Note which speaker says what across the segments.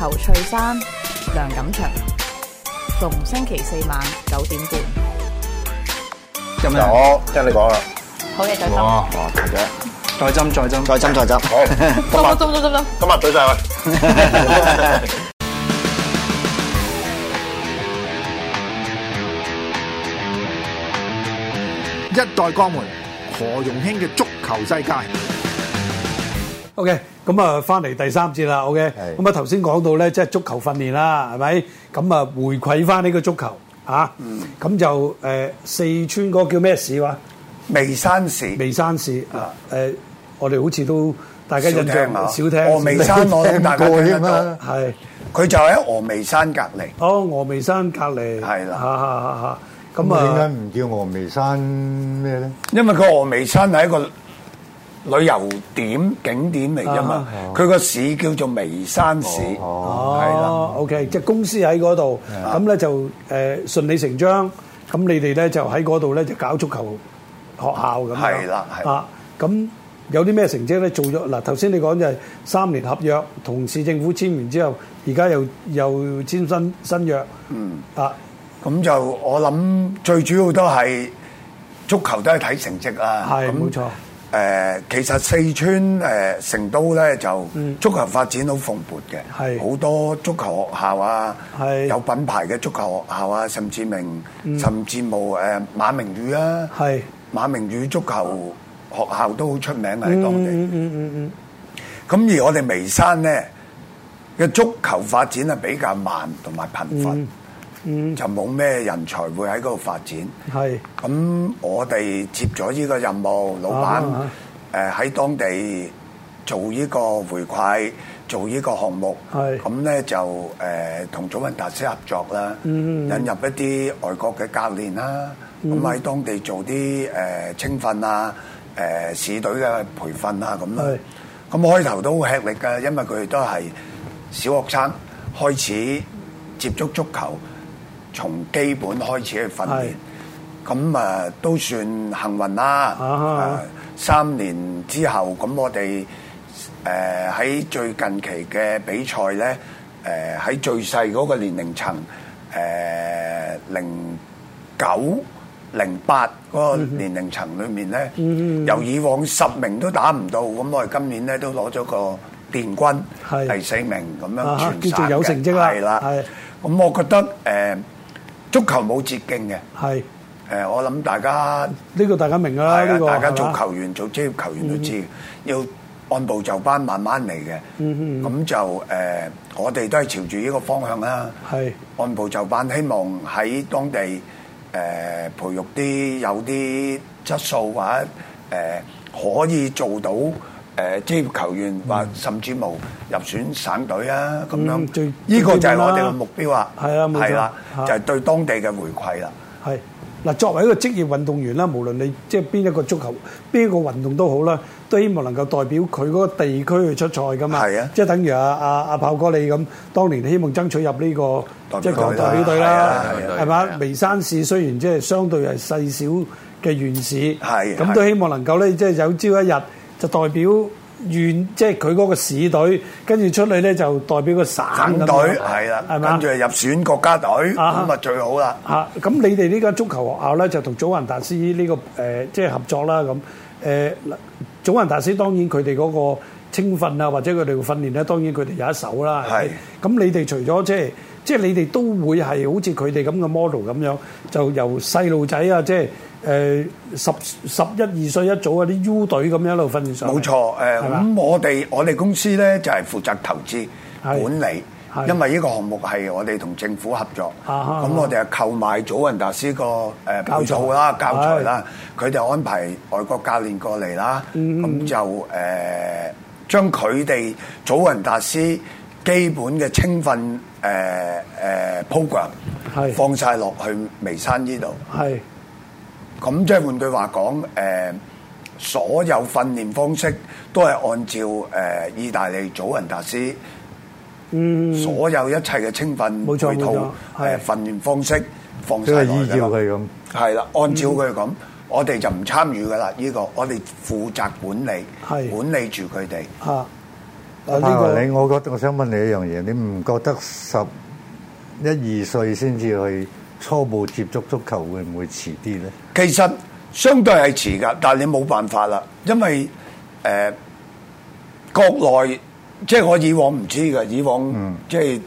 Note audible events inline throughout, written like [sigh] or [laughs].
Speaker 1: 侯翠珊、梁錦祥，逢星期四晚九點半。
Speaker 2: 咁
Speaker 3: 嗱，
Speaker 2: 樣，
Speaker 3: 我聽你講啦，
Speaker 4: 好嘢，再斟。
Speaker 5: 啊
Speaker 2: 哇！
Speaker 3: 哦，大姐，
Speaker 2: 再斟再斟，
Speaker 6: 再斟再斟。
Speaker 7: [laughs]
Speaker 3: 好，
Speaker 5: 啊
Speaker 3: 今
Speaker 4: 斟
Speaker 3: 日
Speaker 4: 斟斟斟斟。
Speaker 3: 今日對晒佢。
Speaker 8: 一代江門何容興嘅足球世界。
Speaker 7: OK，咁啊，翻嚟第三節啦。OK，
Speaker 6: 係
Speaker 7: 咁啊，頭先講到咧，即係足球訓練啦，係咪？咁啊，回饋翻呢個足球啊，咁就誒、呃四川嗰個叫咩市話？
Speaker 5: 眉山市
Speaker 7: 眉山市啊，誒、我哋好似都大家印象少聽，
Speaker 5: 峨眉山我
Speaker 7: [laughs]
Speaker 5: 諗大家聽得
Speaker 6: 聽過添
Speaker 5: 到
Speaker 6: 啊，
Speaker 7: 係
Speaker 5: 佢就喺峨眉山隔離。
Speaker 7: 哦，峨眉山隔離
Speaker 5: 係啦
Speaker 7: 嚇嚇嚇嚇，
Speaker 6: 咁
Speaker 7: 咁
Speaker 6: 啊，
Speaker 7: 啊，
Speaker 6: 點解唔叫峨眉山咩咧？
Speaker 5: 因為佢峨眉山係一個旅遊點景點嚟㗎嘛
Speaker 7: 啊，
Speaker 5: 佢個市叫做眉山市，係啦。
Speaker 7: 哦，OK，即係公司喺嗰度，咁咧就誒、呃、順理成章，咁你哋咧就喺嗰度咧就搞足球學校咁樣。
Speaker 5: 係啦係
Speaker 7: 啊，咁有啲咩成績咧？做咗嗱，頭先你講就係三年合約，同市政府簽完之後，而家又又簽新新約。嗯。啊，
Speaker 5: 咁就我諗最主要都係足球都係睇成績啦。
Speaker 7: 係
Speaker 5: 咁
Speaker 7: 冇錯。
Speaker 5: 誒、其實四川誒、成都咧就
Speaker 7: 嗯
Speaker 5: 足球發展好蓬勃嘅，
Speaker 7: 係
Speaker 5: 好多足球學校啊
Speaker 7: 係，嗯
Speaker 5: 有品牌嘅足球學校啊，甚至明、甚至冇誒、馬明宇啊，
Speaker 7: 係。
Speaker 5: 馬明宇足球學校都好出名喺當地。
Speaker 7: 嗯嗯嗯
Speaker 5: 咁而我哋眉山咧嘅足球發展係比較慢同埋頻
Speaker 7: 嗯
Speaker 5: 繁，就冇咩人才會喺嗰度發展。
Speaker 7: 嗯，係。
Speaker 5: 咁我哋接咗呢個任務，老闆
Speaker 7: 啊
Speaker 5: 誒喺當地做呢個回饋，做呢個項目，
Speaker 7: 係
Speaker 5: 咁咧就誒同祖雲達斯合作啦，引入一啲外國嘅教練啦，咁喺當地做啲誒青訓啊、誒市隊嘅培訓啊咁
Speaker 7: 係
Speaker 5: 啦。咁開頭都好吃力㗎，因為佢哋都係小學生開始接觸足球，從基本開始去訓
Speaker 7: 係
Speaker 5: 練。咁啊都算幸運啦。
Speaker 7: 啊
Speaker 5: 啊三年之後，咁我哋誒喺最近期嘅比賽咧，誒、喺最細嗰個年齡層，誒零九零八嗰個
Speaker 7: 嗯
Speaker 5: 年齡層裏面咧，由以往十名都打唔到，咁我哋今年咧都攞咗個殿軍
Speaker 7: 係
Speaker 5: 第四名咁樣。
Speaker 7: 啊哈
Speaker 5: 全
Speaker 7: 叫做有成績啦
Speaker 5: 係啦
Speaker 7: 係。
Speaker 5: 咁我覺得誒、呃足球冇捷徑嘅，誒、
Speaker 7: 係。
Speaker 5: 我諗大家
Speaker 7: 呢個大家明㗎啦，
Speaker 5: 係
Speaker 7: 呢
Speaker 5: 啊，
Speaker 7: 個
Speaker 5: 大家
Speaker 7: 係
Speaker 5: 做
Speaker 7: 嘛
Speaker 5: 球員、做職業球員都知，要按部就班，慢慢嚟嘅。咁就誒、我哋都係朝住呢個方向啦。
Speaker 7: 係
Speaker 5: 按部就班，希望喺當地誒、培育啲有啲質素或者誒、可以做到誒、職業球員或甚至無入選省隊啊咁樣
Speaker 7: 嗯最。
Speaker 5: 呢、個就係我哋嘅目標啊。
Speaker 7: 係啊冇錯
Speaker 5: 係啦，
Speaker 7: 嚇
Speaker 5: 就係對當地嘅回饋啦。
Speaker 7: 係嗱，作為一個職業運動員啦，無論你即係邊一個足球、邊一個運動都好啦，都希望能夠代表佢嗰個地區去出賽噶嘛。
Speaker 5: 係啊
Speaker 7: 即係等於阿阿阿炮哥你咁，當年希望爭取入呢個
Speaker 5: 代表
Speaker 7: 即係
Speaker 5: 隊啦
Speaker 7: 港代表隊
Speaker 5: 係
Speaker 7: 啦
Speaker 5: 啊係，
Speaker 7: 係嘛？眉山市雖然即係相對係細小嘅縣市，
Speaker 5: 係
Speaker 7: 咁
Speaker 5: 係
Speaker 7: 都希望能夠咧，即係有朝一日就代表。縣即係佢嗰個市隊，跟住出嚟咧就代表個省
Speaker 5: 省
Speaker 7: 咁
Speaker 5: 隊
Speaker 7: 樣
Speaker 5: 係啦，
Speaker 7: 係嘛
Speaker 5: 跟住？入選國家隊，
Speaker 7: 啊
Speaker 5: 咁啊最好啦。
Speaker 7: 啊，咁你哋呢間足球學校咧就同祖雲達斯呃呢、個誒、即係合作啦咁誒。嗱祖雲達斯當然佢哋嗰個青訓啊，或者佢哋嘅訓練咧，當然佢哋有一手啦。
Speaker 5: 係
Speaker 7: 咁，你哋除咗即係即係你哋都會係好似佢哋咁嘅 model 咁樣，就由細路仔啊，即係誒十十一二歲一組啊啲 U 隊咁樣一路訓練上嚟。
Speaker 5: 冇錯，誒嗯
Speaker 7: 係嘛
Speaker 5: 咁我哋我哋公司咧就係負責投資
Speaker 7: 係
Speaker 5: 管理
Speaker 7: 係，
Speaker 5: 因為呢個項目係我哋同政府合作，
Speaker 7: 啊哈
Speaker 5: 咁我哋係購買祖雲達斯個誒
Speaker 7: 教材
Speaker 5: 配套啦、教材
Speaker 7: 係
Speaker 5: 啦，佢哋安排外國教練過嚟啦，
Speaker 7: 嗯
Speaker 5: 咁就誒將佢哋祖雲達斯基本嘅青訓誒誒 program
Speaker 7: 係
Speaker 5: 放晒落去眉山呢度。
Speaker 7: 係
Speaker 5: 咁即係換句話講，誒、所有訓練方式都係按照誒、意大利祖雲達斯，嗯，所有一切嘅青訓
Speaker 7: 冇錯
Speaker 5: 配套
Speaker 7: 冇錯係
Speaker 5: 誒訓練方式放
Speaker 6: 即
Speaker 5: 晒
Speaker 6: 係
Speaker 5: 落
Speaker 6: 依
Speaker 5: 去㗎
Speaker 6: 照
Speaker 5: 啦
Speaker 6: 佢咁。
Speaker 5: 係啦，
Speaker 7: 嗯
Speaker 5: 按照佢咁，我哋就唔參與噶啦。呢、個我哋負責管理，
Speaker 7: 係
Speaker 5: 管理住佢哋。
Speaker 7: 嚇。啊
Speaker 6: 但
Speaker 7: 呢個
Speaker 6: 係你，我覺得我想問你一樣嘢，你唔覺得十一二歲先至去初步接觸足球會唔會遲啲咧？
Speaker 5: 其實相對係遲㗎，但係你冇辦法啦，因為誒、呃、國內即係我以往唔知㗎，以往、
Speaker 7: 嗯
Speaker 5: 即係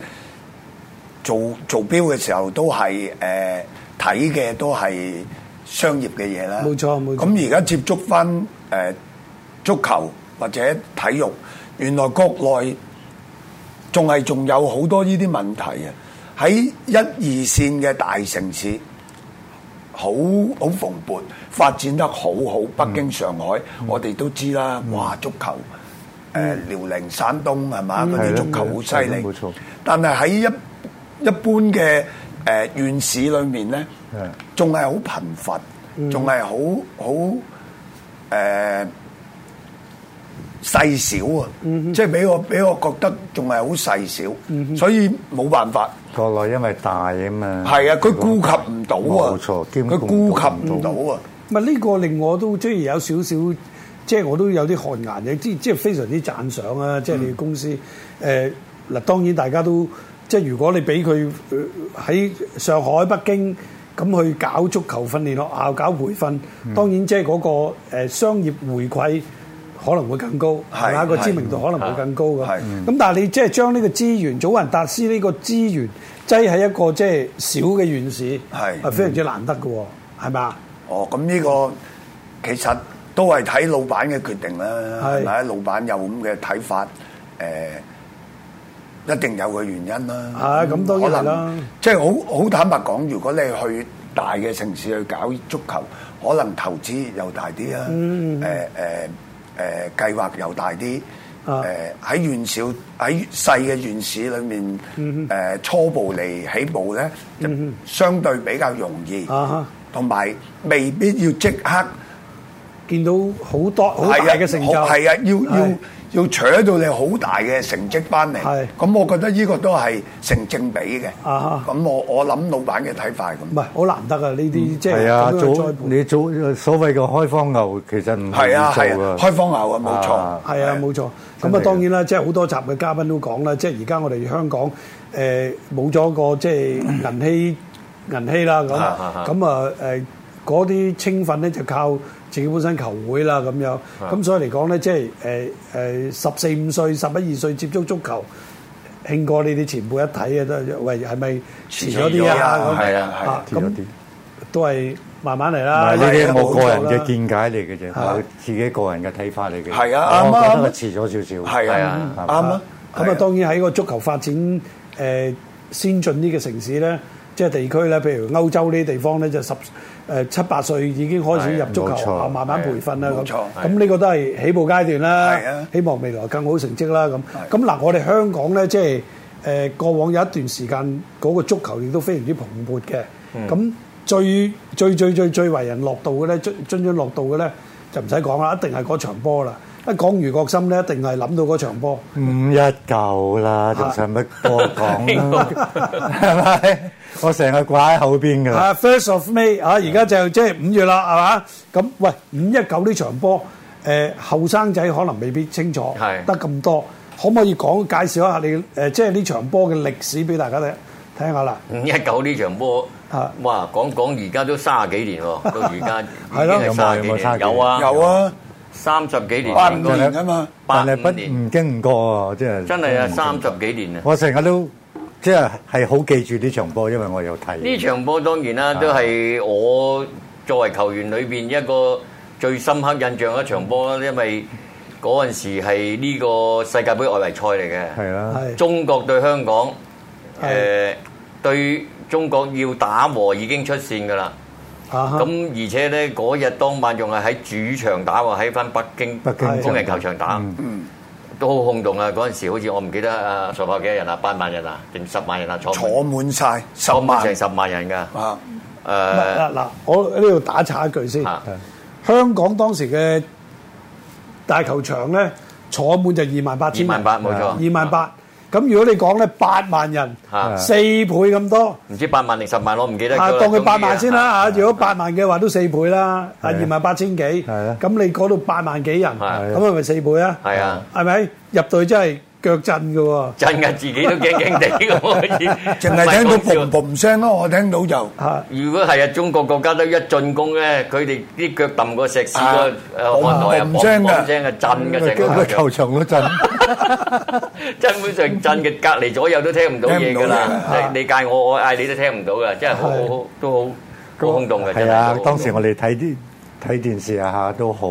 Speaker 5: 做做標嘅時候都係誒睇嘅都係商業嘅嘢啦。
Speaker 7: 冇錯冇錯
Speaker 5: 咁而家接觸翻誒、呃足球或者體育，原來國內仲係仲有好多呢啲問題嘅。喺一二線嘅大城市。好好蓬勃，發展得好好。北京、上海，
Speaker 6: 嗯
Speaker 5: 我哋都知啦。哇，足球誒、遼寧、山東係嘛？嗰
Speaker 6: 係
Speaker 5: 啲
Speaker 6: 啦
Speaker 5: 足球好犀
Speaker 6: 嗯係
Speaker 5: 利。
Speaker 6: 啦冇錯
Speaker 5: 但係喺一一般嘅誒、縣市裏面咧
Speaker 6: 係，嗯
Speaker 5: 仲係好貧乏，仲係好好誒細小啊！
Speaker 6: 嗯
Speaker 5: 即係俾我俾我覺得仲係好細小，所以冇辦法。
Speaker 6: 國內因為大啊嘛，
Speaker 5: 係啊，佢顧及唔到啊，
Speaker 6: 冇錯兼
Speaker 5: 佢
Speaker 6: 顧唔到
Speaker 5: 顧及唔到啊。
Speaker 7: 唔係呢個令我都即係有少少，即係我都有啲汗顏嘅，即即係非常之讚賞啊！即係你公司誒嗱、
Speaker 5: 嗯
Speaker 7: 當然大家都即係如果你俾佢呃喺上海、北京咁去搞足球訓練學校、搞培訓，
Speaker 5: 嗯
Speaker 7: 當然即係嗰、個、呃、商業回饋。可能會更高，
Speaker 5: 係
Speaker 7: 係嘛？個
Speaker 5: 係
Speaker 7: 知名度可能會更高嘅。
Speaker 5: 係
Speaker 7: 咁但係你即係將呢個資源，祖雲達斯呢個資源擠喺一個即係小嘅縣市，
Speaker 5: 係
Speaker 7: 係非常之難得嘅喎，係嘛？
Speaker 5: 哦，咁呢個其實都係睇老闆嘅決定啦，
Speaker 7: 係
Speaker 5: 係咪？老闆有咁嘅睇法，誒、一定有個原因啦。
Speaker 7: 係咁當然係啦
Speaker 5: 可能即係好好坦白講，如果你去大嘅城市去搞足球，可能投資又大啲啦，誒誒誒計劃又大啲。
Speaker 7: 啊
Speaker 5: 誒喺縣小喺細嘅縣市裏面，誒、初步嚟起步咧，就相對比較容易。
Speaker 7: 啊哈！
Speaker 5: 同埋未必要即刻
Speaker 7: 見到好多好大嘅成就，
Speaker 5: 係啊好係啊，要
Speaker 7: 係
Speaker 5: 要要扯到你好大嘅成績翻嚟
Speaker 7: 係。
Speaker 5: 咁我覺得呢個都係成正比嘅。
Speaker 7: 啊哈
Speaker 5: 咁我我諗老闆嘅睇法係
Speaker 7: 唔
Speaker 5: 咁。
Speaker 7: 係好難得啊？呢啲即係
Speaker 6: 係啊，
Speaker 7: 咁樣去
Speaker 6: 早
Speaker 7: 栽培，
Speaker 6: 你早所謂嘅開荒牛其實唔
Speaker 5: 係啊
Speaker 6: 係
Speaker 5: 係啊，開荒牛啊，冇錯。
Speaker 7: 係啊，冇錯。
Speaker 6: 真
Speaker 7: 咁
Speaker 6: 係
Speaker 7: 啊，
Speaker 6: 嘅
Speaker 7: 當然啦，即係好多集嘅嘉賓都講啦，即係而家我哋香港誒冇咗個即係銀禧銀禧啦，咁
Speaker 3: 啊啊啊
Speaker 7: 咁啊誒嗰啲青訓咧就靠自己本身球會啦咁樣。咁所以嚟講咧，即係誒誒十四五歲、十一二歲接觸足球。慶過你哋前輩一睇嘅都係喂係咪遲咗啲啊？
Speaker 5: 係
Speaker 3: 係
Speaker 5: 啊
Speaker 3: 啊
Speaker 5: 係啊。
Speaker 6: 遲咗
Speaker 7: 咁
Speaker 6: 啲。
Speaker 7: 都係慢慢嚟
Speaker 6: 唔
Speaker 7: 啦。
Speaker 6: 係呢
Speaker 5: 係啊
Speaker 6: 啲我
Speaker 5: 冇
Speaker 6: 個
Speaker 5: 錯
Speaker 6: 人
Speaker 7: 啦
Speaker 6: 嘅見解嚟嘅啫，
Speaker 7: 啊
Speaker 6: 我自己個人嘅睇法嚟嘅。
Speaker 5: 係啊啱
Speaker 6: 我
Speaker 5: 啊
Speaker 6: 覺
Speaker 5: 啱啊
Speaker 6: 得佢遲咗少少。
Speaker 5: 係
Speaker 3: 係
Speaker 5: 啊
Speaker 3: 啊，
Speaker 5: 啱啊。
Speaker 7: 咁
Speaker 5: 係
Speaker 7: 啊，當然喺個足球發展誒、呃先進啲嘅城市咧，即係地區咧，譬如歐洲呢啲地方咧，就十誒、呃七八歲已經開始入足球
Speaker 6: 係冇錯
Speaker 7: 啊，慢慢培訓啦
Speaker 5: 係冇
Speaker 7: 咁。
Speaker 5: 錯
Speaker 7: 咁呢個都係起步階段啦。
Speaker 5: 係啊
Speaker 7: 希望未來更好成績啦。咁咁嗱，我哋香港咧，即係誒過往有一段時間嗰、個足球亦都非常之蓬勃嘅。咁、最最最最最為人樂道嘅咧，津津津樂道嘅咧，就唔使講啦，一定係嗰場波啦。一講余國心咧，一定係諗到嗰場波。
Speaker 6: 五一夠啦，仲使乜多講啦？
Speaker 3: [laughs]
Speaker 6: 係咪？我成日掛喺後邊㗎啦。
Speaker 7: 啊，first of May 啊，而家就即係五月啦，係嘛？咁喂，五一九呢場波，誒後生仔可能未必清楚，
Speaker 3: 係
Speaker 7: 得咁多，可唔可以講介紹一下你誒、呃即係呢場波嘅歷史俾大家睇睇下啦？
Speaker 3: 五一九呢場波
Speaker 7: 啊，
Speaker 3: 哇！講講而家都三十幾年喎，到而家 [laughs]
Speaker 7: 係咯
Speaker 3: 已經係三十幾
Speaker 6: 有冇有冇
Speaker 3: 年，
Speaker 6: 30幾年
Speaker 3: 有啊，
Speaker 5: 有啊，
Speaker 3: 三十幾年
Speaker 5: 八五
Speaker 3: 應該
Speaker 5: 年啊嘛，
Speaker 3: 八
Speaker 6: 但係不
Speaker 3: 五年，
Speaker 6: 唔經唔過啊，即係
Speaker 3: 真係啊三十幾年啊！
Speaker 6: 我成日都即係係好記住呢場波，因為我有睇
Speaker 3: 呢場波當然啦，都係我作為球員裏邊一個最深刻印象嘅一場波啦，因為嗰陣時係呢個世界盃外圍賽嚟嘅，
Speaker 6: 係啦，
Speaker 7: 係
Speaker 3: 中國對香港，誒、
Speaker 7: 係
Speaker 3: 對中國要打和已經出線㗎啦。
Speaker 7: 啊哈，
Speaker 3: 咁而且咧嗰日當晚仲係喺主場打喎，喺翻北京
Speaker 6: 北京
Speaker 3: 工人球場打，都好轟動啊！嗰陣時好似我唔記得啊，傻爆幾多人啊，八萬人啊，定十萬人啊，坐滿
Speaker 5: 坐滿晒十
Speaker 3: 坐滿成
Speaker 5: 萬
Speaker 3: 十萬人㗎。
Speaker 5: 啊！
Speaker 3: 誒
Speaker 7: 啊嗱嗱，我喺呢度打岔一句先。
Speaker 3: 啊
Speaker 7: 香港當時嘅大球場咧，坐滿就二萬八千
Speaker 3: 二萬八冇錯，
Speaker 7: 二萬八。咁如果你講咧八萬人，
Speaker 3: 啊
Speaker 7: 四倍咁多，
Speaker 3: 唔知八萬定十萬，我唔記得咗啦。
Speaker 7: 啊當佢
Speaker 3: 總之
Speaker 7: 八萬先
Speaker 3: 啊。
Speaker 7: 啦嚇。如果八萬嘅話都四倍啦，啊
Speaker 6: 係啊
Speaker 7: 二萬八千幾，
Speaker 6: 係啊
Speaker 7: 咁你嗰度八萬幾人，
Speaker 3: 係啊
Speaker 7: 咁係咪四倍啊？
Speaker 3: 係啊，
Speaker 7: 係咪入隊真係腳震嘅喎？
Speaker 3: 真㗎，自己都驚驚地㗎開
Speaker 5: [laughs]
Speaker 3: 始。
Speaker 5: 淨係聽
Speaker 3: 唔係講笑
Speaker 5: 到嘭嘭聲咯，我聽到就
Speaker 7: 嚇！
Speaker 3: 如果係啊，中國國家隊一進攻咧，佢哋啲腳揼個石屎
Speaker 5: 啊
Speaker 3: 個誒汗台啊，
Speaker 5: 嘣聲㗎
Speaker 3: 砰聲啊，震嘅成
Speaker 6: 個
Speaker 3: 個
Speaker 6: 球
Speaker 3: 球
Speaker 6: 場都震，
Speaker 3: 根本上震嘅隔離左右都聽唔到嘢㗎
Speaker 5: 聽唔
Speaker 7: 到嘢啊
Speaker 3: 啦。你你嗌我，我嗌你都聽唔到㗎，真係好好好都好好轟動嘅。真
Speaker 6: 係啊
Speaker 3: 好！
Speaker 6: 當時我哋睇啲睇電視啊嚇，都好
Speaker 3: 好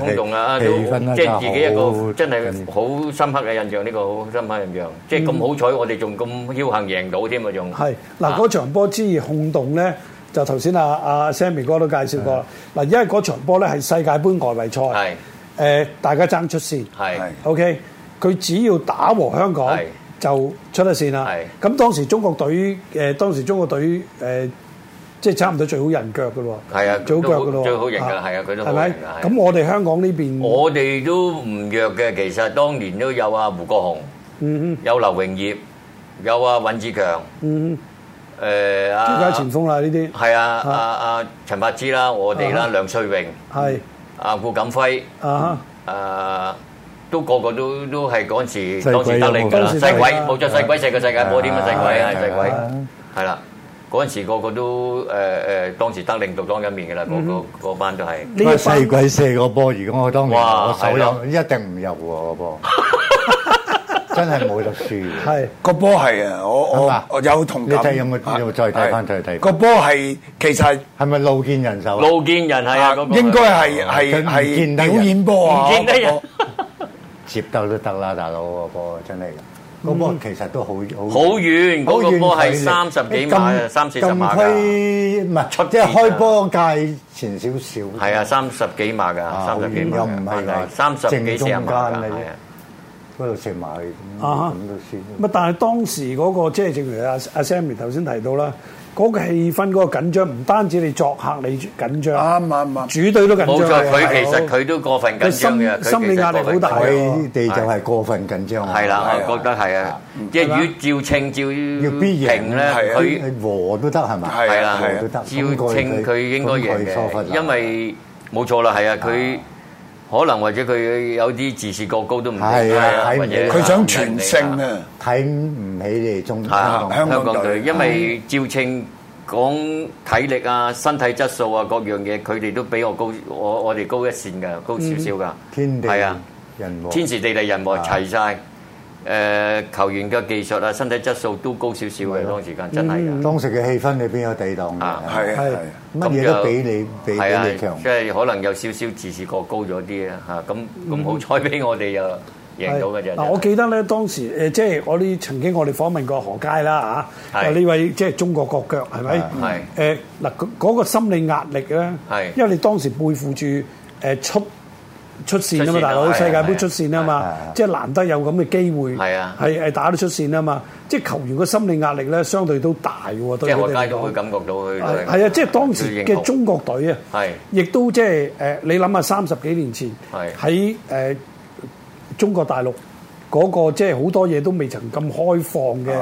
Speaker 3: 轟動啊！
Speaker 6: 氣
Speaker 3: 都
Speaker 6: 氛啊，
Speaker 3: 即係自己一個真
Speaker 6: 緊
Speaker 3: 係
Speaker 6: 要
Speaker 3: 好深刻嘅印象，呢個好深刻印象。即係咁好彩，我哋仲咁僥幸贏到添啊！仲
Speaker 7: 係
Speaker 3: À,
Speaker 7: 嗱，嗰場波之而轟動咧，就頭先啊阿 Sammy 哥都介紹過啦。嗱，因為嗰場波咧係世界盃外圍賽，誒
Speaker 3: 係、
Speaker 7: 大家爭出線
Speaker 3: 係
Speaker 7: ，OK，佢只要打和香港
Speaker 3: 係
Speaker 7: 就出得線啦。咁當時中國隊誒、當時中國隊誒、即係差唔多最好人腳嘅咯喎，
Speaker 3: 係啊
Speaker 7: 最好腳嘅
Speaker 3: 都
Speaker 7: 咯
Speaker 3: 好
Speaker 7: 喎，
Speaker 3: 最好型㗎啦係啊佢都好
Speaker 7: 係咪
Speaker 3: 型㗎係？
Speaker 7: 咁我哋香港呢邊，
Speaker 3: 我哋都唔弱嘅，其實當年都有啊胡國雄，
Speaker 7: 嗯
Speaker 3: 有劉榮業，有啊尹志強，
Speaker 7: 哼嗯
Speaker 3: 誒
Speaker 7: 哼，最佳
Speaker 3: 啊
Speaker 7: 前鋒啦呢啲，
Speaker 3: 係啊啊啊陳柏芝啦，我哋啦梁瑞榮，
Speaker 7: 係
Speaker 3: 啊顧錦輝。
Speaker 7: 啊哈。
Speaker 3: 誒，都個個都都係嗰陣
Speaker 6: 細鬼
Speaker 3: 時當時得令㗎啦，
Speaker 7: 有冇
Speaker 3: 細鬼
Speaker 7: 當時
Speaker 3: 冇錯，細鬼細個世界波添啊，細鬼係
Speaker 6: 係
Speaker 3: 細鬼
Speaker 6: 係，
Speaker 3: 係啦，嗰陣時個個都誒誒，當時得令獨當一面㗎啦，個個嗰班都係。
Speaker 7: 呢一
Speaker 6: 個
Speaker 7: 班
Speaker 6: 啊細鬼射個波，如果我當年
Speaker 3: 哇
Speaker 6: 我手
Speaker 3: 係咯
Speaker 6: 有，一定唔入喎個波， [laughs] 真係冇得輸。
Speaker 7: 係
Speaker 5: 個波係啊！我
Speaker 6: 係
Speaker 5: 我
Speaker 6: 嘛
Speaker 5: 我有同
Speaker 6: 你
Speaker 5: 感。
Speaker 6: 睇有冇
Speaker 5: À.
Speaker 6: 有冇再睇翻
Speaker 5: 係
Speaker 6: 再睇翻
Speaker 5: 個波係其實係
Speaker 6: 係咪路見人手啊？
Speaker 3: 路見人係啊，嗰個
Speaker 5: 應該係
Speaker 6: 佢
Speaker 5: 係
Speaker 6: 唔
Speaker 5: 係
Speaker 6: 見得
Speaker 5: 表
Speaker 6: 人
Speaker 5: 演波啊！
Speaker 3: 唔見得人
Speaker 5: 個波
Speaker 6: 接兜都得啦，大佬個波真係㗎，個波其實都好好
Speaker 3: 好遠，
Speaker 6: 好
Speaker 3: 嗰個波係
Speaker 6: 距離
Speaker 3: 三十幾碼，
Speaker 6: 咁
Speaker 3: 三四十碼
Speaker 6: 咁
Speaker 3: 㗎，
Speaker 6: 區唔係
Speaker 3: 出
Speaker 6: 即係
Speaker 3: 邊啊
Speaker 6: 開波界前少少。
Speaker 3: 係啊，，三十幾碼㗎，
Speaker 6: 啊
Speaker 3: 三十
Speaker 6: 好
Speaker 3: 幾
Speaker 6: 遠
Speaker 3: 碼
Speaker 6: 又
Speaker 3: 㗎
Speaker 6: 唔係話
Speaker 3: 三十幾
Speaker 6: 正
Speaker 3: 四
Speaker 6: 中
Speaker 3: 十
Speaker 6: 間
Speaker 3: 碼㗎，
Speaker 6: 嘅啫
Speaker 3: 係啊。
Speaker 6: 嗰度食埋去咁
Speaker 7: 啊哈
Speaker 6: 咁都算。
Speaker 7: 咁啊，但係當時嗰、個即係正如阿阿 Sammy 頭先提到啦，嗰、個氣氛嗰個緊張，唔單止你作客你緊張，
Speaker 5: 啱啱啱。
Speaker 7: 主隊都緊張。
Speaker 3: 冇錯，佢其實
Speaker 7: 大佬
Speaker 3: 佢都過分緊張嘅，
Speaker 7: 佢
Speaker 3: 佢
Speaker 7: 心心理
Speaker 3: 其實
Speaker 7: 壓力
Speaker 3: 過分
Speaker 7: 好大
Speaker 3: 緊張
Speaker 7: 啊
Speaker 6: 佢哋就係過分緊張啊。嗯
Speaker 3: 係啦，
Speaker 5: 係啊
Speaker 3: 我覺得係啊，即係如果照稱照
Speaker 6: 要必
Speaker 3: 平
Speaker 6: 贏
Speaker 3: 咧，
Speaker 5: 係啊
Speaker 3: 佢
Speaker 6: 和都得係咪？
Speaker 5: 係
Speaker 3: 係啦啊
Speaker 5: 係
Speaker 6: 和都得。
Speaker 3: 照
Speaker 6: 咁佢
Speaker 3: 稱佢應該
Speaker 6: 咁
Speaker 3: 贏
Speaker 6: 佢疏忽
Speaker 3: 嘅，
Speaker 6: 啦
Speaker 3: 因為冇錯啦，係啊，佢
Speaker 6: 啊
Speaker 3: 可能或者佢有啲自視過高都唔定
Speaker 6: 係啊睇唔
Speaker 3: 或者
Speaker 6: 起
Speaker 5: 佢想全勝啊！
Speaker 6: 睇唔起你哋中
Speaker 3: 係啊，
Speaker 6: 香港。嗯
Speaker 3: 香港
Speaker 5: 香港
Speaker 3: 隊，
Speaker 5: 隊
Speaker 3: 因為照稱講體力啊、身體質素啊各樣嘢，佢哋都比我高，我我哋高一線㗎，高少少㗎，
Speaker 6: 嗯天地
Speaker 3: 係啊。
Speaker 6: 人和。
Speaker 3: 天時地利人和
Speaker 6: 啊
Speaker 3: 齊晒，誒、球員嘅技術啊、身體質素都高少少嘅，當時間真係嘅，
Speaker 6: 當時嘅氣氛，你邊有抵擋
Speaker 3: 啊
Speaker 6: 嘅？
Speaker 5: 係啊係啊
Speaker 6: 乜嘢都比你比
Speaker 3: 係啊
Speaker 6: 比你強
Speaker 3: 即。係可能有少少自視過高咗啲啊嚇，咁咁好彩俾我哋又贏到嘅啫。
Speaker 7: 嗱，我記得咧，當時誒、呃即係我哋曾經我哋訪問過何佳啦嚇，
Speaker 3: 係
Speaker 7: 啊呢位即係中國國腳係咪？
Speaker 3: 係
Speaker 7: 誒嗱，嗰、嗰個心理壓力咧，
Speaker 3: 係
Speaker 7: 因為你當時背負住誒出出線啊
Speaker 3: 出線
Speaker 7: 嘛，
Speaker 3: 啊
Speaker 7: 大佬
Speaker 3: 係啊
Speaker 7: 世界
Speaker 3: 係
Speaker 7: 盃
Speaker 3: 啊
Speaker 7: 出線啊
Speaker 6: 係
Speaker 7: 嘛
Speaker 6: 啊係啊，
Speaker 7: 即係難得有咁嘅機會，
Speaker 3: 係啊
Speaker 7: 係係打得出線啊嘛，即係球員個心理壓力咧，相對都大嘅喎，
Speaker 3: 即
Speaker 7: 對
Speaker 3: 係
Speaker 7: 佢
Speaker 3: 我
Speaker 7: 哋
Speaker 3: 街
Speaker 7: 嚟
Speaker 3: 都會
Speaker 7: 講。
Speaker 3: 感覺到佢
Speaker 7: 係係啊，即係當時嘅中國隊啊，
Speaker 3: 係
Speaker 7: 亦都即係誒，你諗下三十幾年前
Speaker 3: 係
Speaker 7: 喺誒中國大陸嗰個即係好多嘢都未曾咁開放嘅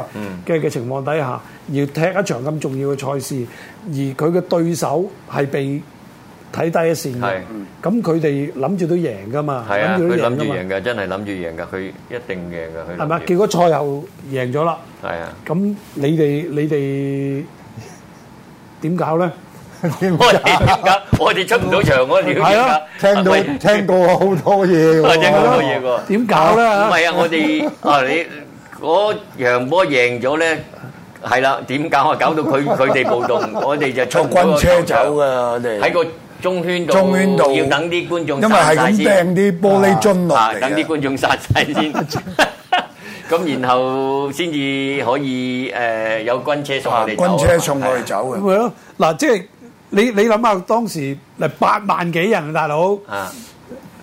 Speaker 7: 嘅嘅情況底下，而踢一場咁重要嘅賽事，而佢嘅對手係被睇低一線嘅
Speaker 3: 係，
Speaker 7: 咁佢哋諗住都贏噶嘛，
Speaker 3: 係啊，
Speaker 7: 諗住都
Speaker 3: 佢諗
Speaker 7: 贏
Speaker 3: 住
Speaker 7: 噶嘛，
Speaker 3: 贏嘅，真係諗住贏嘅，佢一定贏嘅，佢
Speaker 7: 係咪？
Speaker 3: 諗住
Speaker 7: 結果賽後贏咗啦，
Speaker 3: 係啊。
Speaker 7: 咁你哋你哋點搞咧？
Speaker 6: 點
Speaker 3: [laughs] 我哋
Speaker 6: 解？
Speaker 3: 點解我哋出唔到場嗰條
Speaker 6: 係咯，聽
Speaker 3: [laughs]
Speaker 6: 到聽過好多嘢
Speaker 3: 我
Speaker 6: 喎，
Speaker 3: [laughs] 聽過好多嘢喎。
Speaker 7: 點搞咧？
Speaker 3: 唔係啊，我哋啊你嗰場波贏咗咧，係啦，點搞啊？搞到佢佢哋暴動，我哋就
Speaker 5: 坐
Speaker 3: 衝嗰個
Speaker 5: 軍車
Speaker 3: 球場
Speaker 5: 走㗎，我哋
Speaker 3: 喺個中圈度，
Speaker 5: 中圈度
Speaker 3: 要等啲觀眾
Speaker 5: 因為
Speaker 3: 散
Speaker 5: 係
Speaker 3: 晒
Speaker 5: 咁
Speaker 3: 先
Speaker 5: 掟。啲玻璃樽落
Speaker 3: 啊
Speaker 5: 嚟，
Speaker 3: 等啲
Speaker 5: 嘅。
Speaker 3: 觀眾殺晒先。咁然後先至可以誒有軍車送
Speaker 5: 啊
Speaker 3: 我哋走啊。
Speaker 5: 軍車送我哋走
Speaker 7: 咁
Speaker 5: 嘅，
Speaker 7: 咪咯，嗱，即係你你諗下當時嗱八萬幾人啊，大佬，
Speaker 3: 啊！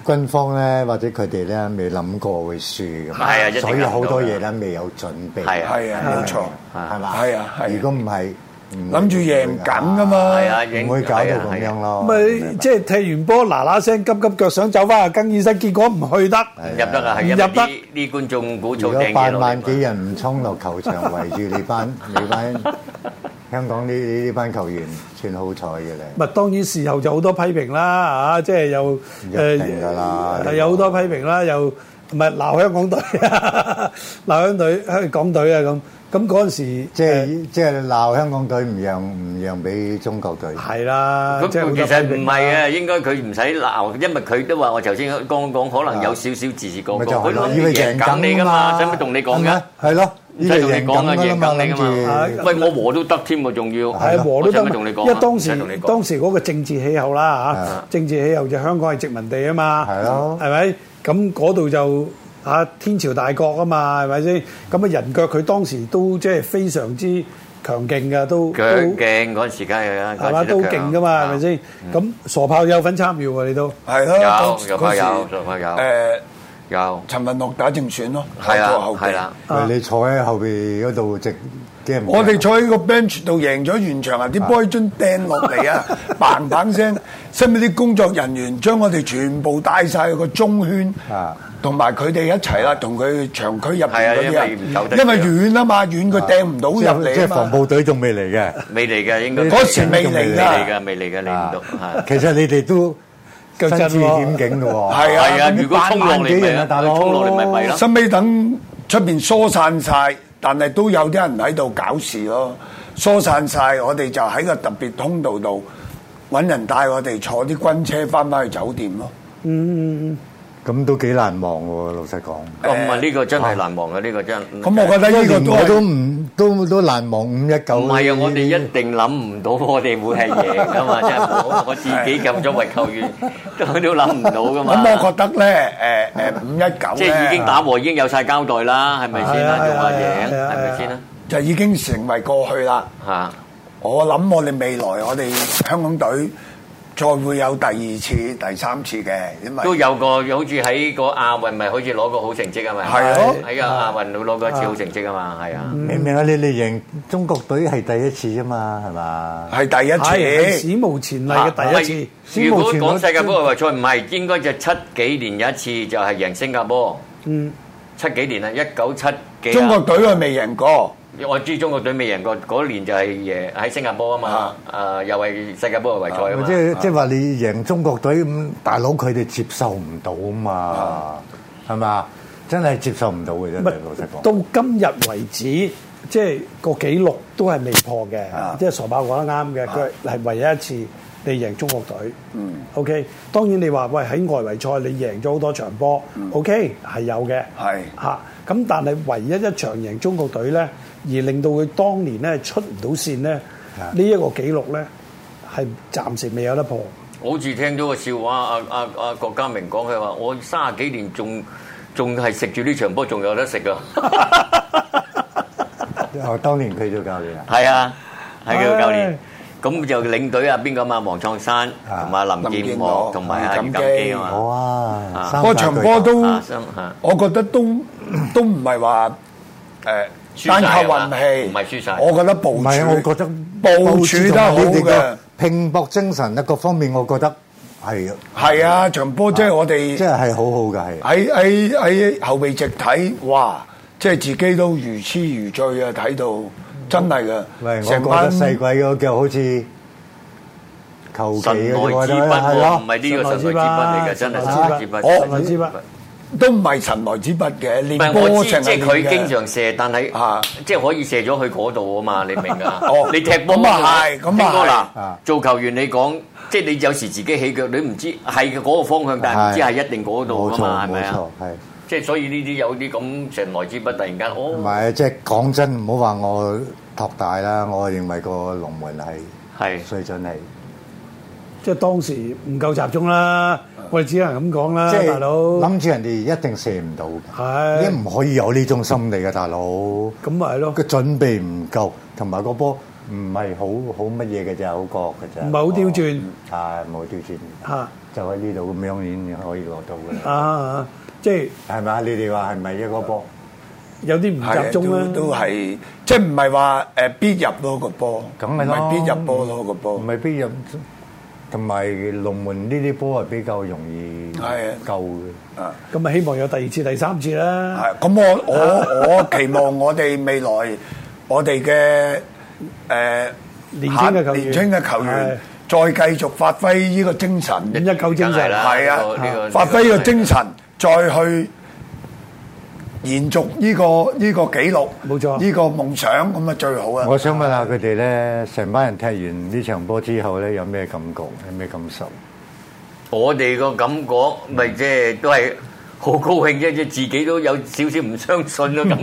Speaker 6: 軍方咧或者佢哋咧未諗過會輸咁，
Speaker 3: 係啊一定
Speaker 6: 所以好多嘢咧
Speaker 3: 諗
Speaker 6: 未有準備，
Speaker 3: 係啊
Speaker 5: 係啊，冇錯，
Speaker 6: 係嘛？
Speaker 5: 係啊係啊
Speaker 6: 如果唔係，唔會
Speaker 5: 諗住贏緊噶嘛，
Speaker 3: 係啊，影
Speaker 6: 唔會搞到
Speaker 3: 係啊
Speaker 6: 咁
Speaker 3: 係啊
Speaker 6: 樣咯。
Speaker 7: 咪即係踢完波嗱嗱聲急急腳想走翻去更衣室，結果唔去
Speaker 6: 係
Speaker 7: 得，
Speaker 6: 啊
Speaker 3: 入得啊，係
Speaker 7: 唔
Speaker 3: 因為
Speaker 7: 入得
Speaker 3: 啲啲觀眾鼓
Speaker 6: 如
Speaker 3: 噪
Speaker 6: 果
Speaker 3: 掟
Speaker 6: 八
Speaker 3: 嘢落
Speaker 6: 萬幾
Speaker 3: 嚟嘛。
Speaker 6: 人唔衝落球場圍住你班
Speaker 3: [laughs]
Speaker 6: 你班香港呢呢班球員，算好彩嘅咧。
Speaker 7: 咪當然事後就好多批評啦，嚇，即係又
Speaker 6: 一定㗎啦
Speaker 7: 誒有好多批評啦，又唔係鬧香港隊啊， [laughs] 鬧香隊香港隊啊咁，咁嗰陣時
Speaker 6: 即係即係鬧香港隊唔讓唔讓俾中國隊
Speaker 7: 誒，係啦，
Speaker 3: 咁
Speaker 7: 即係好多
Speaker 3: 其
Speaker 7: 批
Speaker 3: 實唔
Speaker 7: 評啦
Speaker 3: 係嘅，應該佢唔使鬧，因為佢都話我頭先講講，可能有少少自視過
Speaker 6: 咪
Speaker 3: 高，
Speaker 6: 就係
Speaker 3: 佢
Speaker 6: 咯，
Speaker 3: 諗
Speaker 6: 以為
Speaker 3: 住贏
Speaker 6: 贏
Speaker 3: 緊你
Speaker 6: 緊
Speaker 3: 㗎
Speaker 6: 㗎
Speaker 3: 嘛，
Speaker 6: 嘛，
Speaker 3: 使唔使同你講
Speaker 6: 係
Speaker 3: 㗎
Speaker 6: 咪？？係咯，
Speaker 3: 唔
Speaker 6: 以
Speaker 3: 使
Speaker 6: 為
Speaker 3: 同你
Speaker 6: 贏
Speaker 3: 講
Speaker 6: 緊
Speaker 3: 㗎，
Speaker 6: 㗎
Speaker 3: 贏
Speaker 6: 嘛，
Speaker 3: 緊你
Speaker 6: 諗
Speaker 3: 㗎嘛。
Speaker 6: 住
Speaker 3: 喂，我和都得添喎，仲要
Speaker 7: 係和都得
Speaker 3: 啊我使唔使同你講啊
Speaker 7: 因為當時
Speaker 3: 唔使同你講
Speaker 7: 當時嗰個政治氣候啦
Speaker 6: 係啊
Speaker 7: 嚇，政治氣候就香港係殖民地啊嘛，
Speaker 6: 係咯
Speaker 7: 係咪？咁嗰度就嚇天朝大國啊嘛，係咪先？咁啊人腳佢當時都即係非常之強勁噶，都
Speaker 3: 腳
Speaker 7: 都
Speaker 3: 勁嗰陣時梗係啦，
Speaker 7: 係嘛，都勁噶
Speaker 3: 啊
Speaker 7: 嘛，係
Speaker 3: Ờ,
Speaker 7: 咪先？
Speaker 3: 嗯
Speaker 7: 咁傻炮有份參與喎，你都
Speaker 5: 係
Speaker 3: 有
Speaker 5: 咯，嗰
Speaker 3: 有
Speaker 5: 嗰時
Speaker 3: 有有有
Speaker 5: 誒
Speaker 3: 有
Speaker 5: 陳文樂打正選咯，
Speaker 3: 係
Speaker 5: 喺
Speaker 3: 啦
Speaker 5: 個後備
Speaker 3: 係啦。
Speaker 6: 喂你坐喺後邊嗰度直驚啊唔驚
Speaker 5: 我哋坐喺個 bench 度贏咗完場啊！啲 boy 樽掟落
Speaker 3: [laughs]
Speaker 5: 嚟啊，砰砰聲，使唔使啲工作人員將我哋全部帶晒去個中圈
Speaker 6: 啊，
Speaker 5: 同埋佢哋一齊啦，同佢長區入邊
Speaker 3: 係啊
Speaker 5: 嗰啲人
Speaker 3: 因為唔走，得
Speaker 5: 因為遠啊嘛，遠佢掟唔到
Speaker 6: 即
Speaker 5: 入
Speaker 6: 係即係
Speaker 5: 嚟啊
Speaker 6: 防
Speaker 5: 嘛。
Speaker 6: 暴隊仲未嚟嘅。
Speaker 3: 未嚟嘅應該
Speaker 5: 嗰時未嚟㗎
Speaker 3: 未嚟㗎，未嚟㗎，嚟
Speaker 6: Ờ. À.
Speaker 3: 唔到
Speaker 6: 啊
Speaker 3: 係
Speaker 6: 其實你哋都
Speaker 7: 夠
Speaker 6: 身
Speaker 7: 真喎
Speaker 6: 處險境咯喎。
Speaker 5: 係啊
Speaker 3: 係啊！如果衝落
Speaker 6: 八
Speaker 3: 嚟咪
Speaker 6: 萬幾人啊大佬
Speaker 3: 衝落嚟咪咪咯。
Speaker 5: 收尾等出邊疏散晒，但係都有啲人喺度搞事咯。疏散晒，我哋就喺個特別通道度揾人帶我哋坐啲軍車翻返去酒店咯。
Speaker 6: 咁都幾難忘喎，老實講。
Speaker 3: 咁啊，呢個真係難忘嘅，呢個真。
Speaker 5: 咁我覺得呢個都
Speaker 6: 我
Speaker 5: 係
Speaker 6: 都唔都都難忘五一九。
Speaker 3: 唔係啊！我哋一定諗唔到我哋會係贏噶嘛，真係我我自己咁作為球員都都諗唔到噶嘛。
Speaker 5: 咁我覺得咧，誒誒五一九
Speaker 3: 啊即係已經打和已經有晒交代啦，係咪先
Speaker 7: 係
Speaker 3: 啊？
Speaker 7: 啊
Speaker 3: 仲話
Speaker 7: 係啊
Speaker 3: 贏
Speaker 7: 係啊
Speaker 3: 係咪先啊？
Speaker 5: 就已經成為過去啦。
Speaker 3: 嚇！
Speaker 5: 我諗我哋未來我哋香港隊再會有第二次、第三次嘅，因為
Speaker 3: 都有個好似喺個亞運咪好似攞個好成績啊嘛，
Speaker 5: 係咯
Speaker 3: 喺個亞運攞過一次好成績啊嘛，係啊，
Speaker 6: 明唔明啊？你哋贏中國隊係第一次啫嘛，係嘛？
Speaker 5: 係第
Speaker 7: 係
Speaker 5: 一次。
Speaker 7: 史無前例
Speaker 3: 啊
Speaker 7: 嘅第一次。
Speaker 3: 次如果講世界盃外圍賽唔係，應該就七幾年有一次就係贏新加坡，
Speaker 7: 嗯，
Speaker 3: 七幾年啊，一九七幾啊
Speaker 5: 中國隊佢未贏過，
Speaker 3: 我知中國隊未贏過，嗰年就係贏喺新加坡啊嘛，啊又係世界盃外圍賽啊
Speaker 6: 即
Speaker 3: 嘛，
Speaker 6: 係即係話你贏中國隊咁，大佬佢哋接受唔到啊嘛，係嘛？真係接受唔到嘅真
Speaker 7: 唔係
Speaker 6: 係，老實講。
Speaker 7: 到今日為止，即係個紀錄都係未破嘅
Speaker 5: 啊，
Speaker 7: 即係傻爆講得啱嘅，佢係唯一一次你贏中國隊。嗯，OK，當然你話喂喺外圍賽你贏咗好多場波，OK 係有嘅，
Speaker 5: 係
Speaker 7: 嚇。咁但係唯一一場贏中國隊咧，而令到佢當年咧出唔到線咧，呢一個紀錄咧係暫時未有得破。
Speaker 3: 好似聽到個笑話，阿阿阿郭家明講佢話：我三十幾年仲仲係食住呢場波，仲有得食 [laughs] 啊！
Speaker 6: 哦，當年佢做教練啊，
Speaker 3: 係啊，係佢
Speaker 7: 唉
Speaker 3: 教練。咁就領隊啊，邊個嘛？黃創山同埋林
Speaker 5: 林
Speaker 3: 建
Speaker 5: 建
Speaker 3: 岳
Speaker 5: 岳
Speaker 3: 同埋阿
Speaker 5: 吳
Speaker 3: 吳
Speaker 5: 錦
Speaker 3: 錦基
Speaker 5: 基
Speaker 3: 啊嘛。
Speaker 6: 哇！三大
Speaker 5: 嗰場波
Speaker 6: 巨頭
Speaker 5: 都
Speaker 3: 啊三啊，
Speaker 5: 我覺得都都唔係話
Speaker 3: 輸
Speaker 5: 誒
Speaker 3: 晒
Speaker 5: 單靠運
Speaker 3: 啊嘛
Speaker 5: 氣，
Speaker 3: 唔係輸晒
Speaker 5: 我覺得部
Speaker 6: 唔
Speaker 5: 署，
Speaker 6: 係啊，我覺得
Speaker 5: 部署得好
Speaker 6: 同埋你哋
Speaker 5: 嘅
Speaker 6: 個。拼搏精神啊，各方面我覺得係啊，
Speaker 5: 係啊，場波即係我
Speaker 6: 即
Speaker 5: 哋
Speaker 6: 係係好好嘅係。
Speaker 5: 喺喺喺後備席睇，哇！即係自己都如痴如醉啊！睇到真係
Speaker 6: 喂，
Speaker 5: 噶，
Speaker 6: 我覺得細鬼嗰腳好似求其
Speaker 3: 神
Speaker 6: 嘅
Speaker 3: 來
Speaker 6: 啫，我
Speaker 3: 之
Speaker 6: 覺得
Speaker 3: 筆
Speaker 6: 係
Speaker 3: 喎，
Speaker 6: 咯
Speaker 3: 唔。係呢個神來之筆嚟嘅，真係神來之筆。
Speaker 7: 神來之筆
Speaker 5: 都唔係神來之筆嘅，
Speaker 3: 唔
Speaker 5: 練
Speaker 3: 係我
Speaker 5: 波
Speaker 3: 知，
Speaker 5: 成
Speaker 3: 即
Speaker 5: 係
Speaker 3: 係佢
Speaker 5: 經
Speaker 3: 經
Speaker 5: 常
Speaker 3: 常射，但係
Speaker 5: 啊
Speaker 3: 即係可以射咗去嗰度啊嘛，你明啊？
Speaker 5: 哦
Speaker 3: 你踢波
Speaker 5: 咁啊係咁啊
Speaker 3: 哥
Speaker 6: 係
Speaker 3: 嗱
Speaker 6: 啊，
Speaker 3: 做球員你講，即係你有時自己起腳，你唔知係嗰個方向，但係唔知
Speaker 6: 係
Speaker 3: 係一定嗰
Speaker 6: 冇
Speaker 3: 度啊
Speaker 6: 錯
Speaker 3: 嘛，係咪
Speaker 6: 冇
Speaker 3: 啊
Speaker 6: 錯？，係。
Speaker 3: 即係所以呢啲有啲咁神來之筆，突然間
Speaker 6: 唔
Speaker 3: 哦，
Speaker 6: 係，即係講真，唔好話我托大啦，我認為個龍門係
Speaker 3: 係
Speaker 6: 水準係，
Speaker 7: 即係當時唔夠集中啦，我哋只能咁講啦，
Speaker 6: 即
Speaker 7: 大
Speaker 6: 係
Speaker 7: 佬。
Speaker 6: 諗住人哋一定射唔到嘅，
Speaker 7: 係
Speaker 6: 你唔可以有呢種心理嘅，大佬。
Speaker 7: 咁咪係咯
Speaker 6: 個，準備唔夠，同埋個波唔係好好乜嘢嘅啫，好角嘅啫，
Speaker 7: 唔係好刁鑽
Speaker 6: 係冇刁鑽，
Speaker 7: 嚇
Speaker 6: 就喺呢度咁樣已經可以攞到嘅
Speaker 7: 啊
Speaker 6: 啦，
Speaker 7: 啊，即係
Speaker 6: 係咪啊？你哋話係咪一個波？
Speaker 7: 有啲唔集中啦。
Speaker 5: 都係即係唔係話誒必入咯個波，
Speaker 6: 梗係
Speaker 5: 唔
Speaker 6: 啦，
Speaker 5: 係必入波咯個波
Speaker 6: 唔，係必入，同埋龍門呢啲波係比較容易
Speaker 5: 係啊
Speaker 6: 救嘅。
Speaker 5: 啊。
Speaker 7: 咁咪希望有第二次、第三次啦。
Speaker 5: 係咁我我我期望我哋未來我哋嘅誒
Speaker 7: 年輕嘅球員
Speaker 5: 年青嘅球員再繼續發揮呢個精神，
Speaker 7: 五一九精
Speaker 3: 梗係
Speaker 7: 神
Speaker 3: 啦
Speaker 5: 係
Speaker 3: 呢個呢
Speaker 5: 啊
Speaker 3: 個，
Speaker 5: 發揮呢個精神，再去延續呢個呢個紀錄，
Speaker 7: 冇錯
Speaker 5: 呢個夢想咁啊最好啊！
Speaker 6: 我想問下佢哋咧，成班人踢完呢場波之後咧，有咩感覺？有咩感受？
Speaker 3: 我哋個感覺咪即係都係好高興啫，即係自己都有少少唔相信嘅感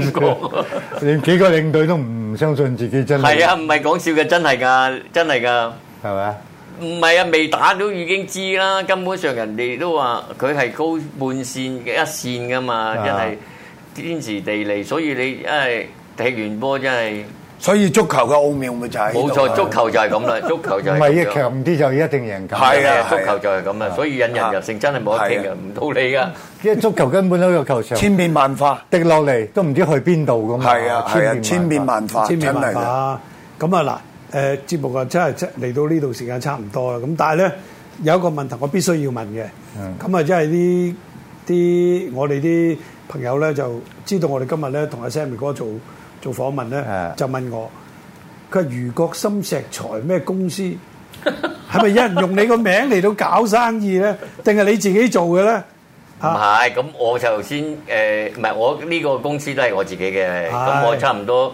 Speaker 6: [laughs]
Speaker 3: 覺。
Speaker 6: 連幾個領隊都唔相信自己真係，
Speaker 3: 係啊，，唔係講笑嘅，真係㗎，真係㗎。
Speaker 6: 係咪啊？
Speaker 3: 唔係啊，未打都已經知啦。根本上人哋都話佢係高半線嘅一線噶嘛，
Speaker 6: 啊
Speaker 3: 真係天時地利。所以你唉踢完波真係
Speaker 5: 所以足球嘅奧妙咪就係呢度
Speaker 3: 冇
Speaker 5: 啊
Speaker 3: 錯，足球就係咁啦，足球
Speaker 6: 唔
Speaker 3: 就係
Speaker 6: 係一
Speaker 3: 咁樣。
Speaker 6: 強啲就一定贏緊。
Speaker 5: 係啊
Speaker 3: 啊，足球就係咁啊，所以引人入勝真係冇得傾嘅，唔到你啊噶。
Speaker 6: 因為足球根本喺個球場
Speaker 5: 千變萬化，
Speaker 6: 滴落嚟都唔知去邊度咁嘛。
Speaker 5: 係啊係啊，千變萬化，
Speaker 7: 千
Speaker 5: 真
Speaker 7: 變萬
Speaker 5: 係啊
Speaker 7: 化。咁啊嗱，誒節目啊真係真嚟到呢度時間差唔多啦。咁但係咧有一個問題我必須要問嘅，咁啊即係啲啲我哋啲朋友咧就知道我哋今日咧同阿 Sammy 哥做做訪問咧
Speaker 6: 嗯，
Speaker 7: 就問我佢話余國森石材咩公司？ [laughs] 係咪有人用你個名嚟到搞生意咧？定係你自己做嘅咧？
Speaker 3: 唔係，咁我就先誒，唔係我呢個公司都係我自己嘅，咁我差唔多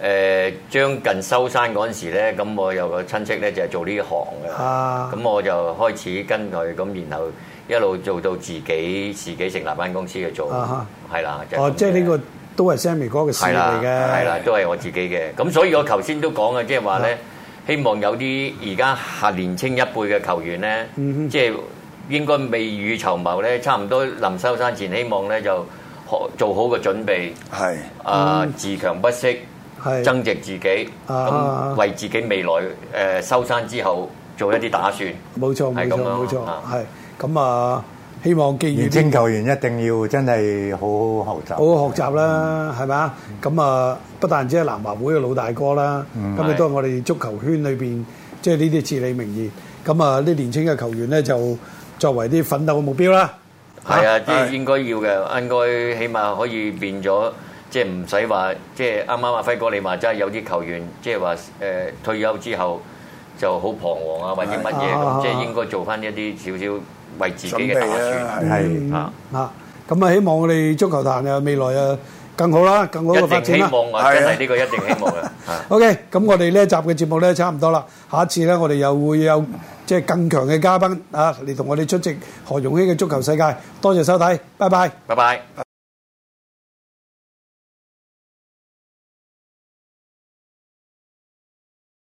Speaker 3: 誒將近收山嗰陣時咧，咁我有個親戚咧就係做呢行
Speaker 7: 啊
Speaker 3: 嘅，咁我就開始跟佢，咁然後一路做到自己自己成立間公司去做
Speaker 7: 啊，
Speaker 3: 係啦，就
Speaker 7: 哦，
Speaker 3: 咁
Speaker 7: 即係
Speaker 3: 嘅
Speaker 7: 呢個都係 Sammy 哥嘅事
Speaker 3: 係啦
Speaker 7: 嚟，
Speaker 3: 係
Speaker 7: 嘅
Speaker 3: 啦。，都係我自己嘅。咁所以我頭先都講嘅，啊即係話咧，希望有啲而家下年青一輩嘅球員咧，
Speaker 7: 嗯
Speaker 3: 即係應該未雨綢繆咧，差唔多臨收山前，希望咧就學做好個準備，
Speaker 5: 係
Speaker 3: 啊、自強不息，
Speaker 7: 嗯係
Speaker 3: 增值自己，
Speaker 7: 啊
Speaker 3: 咁為自己未來誒、呃收山之後做一啲打算。
Speaker 7: 冇錯冇
Speaker 3: 係
Speaker 7: 錯
Speaker 3: 咁
Speaker 7: 冇
Speaker 3: 樣
Speaker 7: 錯，
Speaker 3: 啊
Speaker 7: 係咁啊！希望記
Speaker 6: 年
Speaker 7: 住
Speaker 6: 青球員一定要真係好好學習。
Speaker 7: 好好學習啦，係咪啊？咁啊，不但止係南華會嘅老大哥啦，咁亦都係我哋足球圈裏邊即係呢啲至理名言。咁啊，啲年青嘅球員咧就作為啲奮鬥嘅目標啦。
Speaker 3: 係啊，即
Speaker 5: 係
Speaker 3: 係應該要嘅，應該起碼可以變咗，即係唔使話，即係啱啱阿輝哥你話齋有啲球員，即係話誒退休之後就好彷徨啊，或者乜嘢
Speaker 7: 啊
Speaker 3: 咁，即係應該做翻一啲少少為自己
Speaker 5: 準
Speaker 3: 嘅打
Speaker 5: 備啊
Speaker 3: 算。
Speaker 6: 係。
Speaker 3: 啊！
Speaker 7: 啊，咁啊，希望我哋足球壇啊未來啊更好啦，更好嘅發
Speaker 3: 一定
Speaker 7: 展
Speaker 3: 希
Speaker 7: 啦。
Speaker 3: 望
Speaker 5: 係啊
Speaker 3: 啊，真係呢個一定希望嘅。啊
Speaker 7: OK，咁我哋呢一集嘅節目咧差唔多啦，下一次咧我哋又會有即係更強嘅嘉賓啊嚟同我哋出席何容興嘅足球世界。多謝收睇，拜拜。
Speaker 3: 拜拜。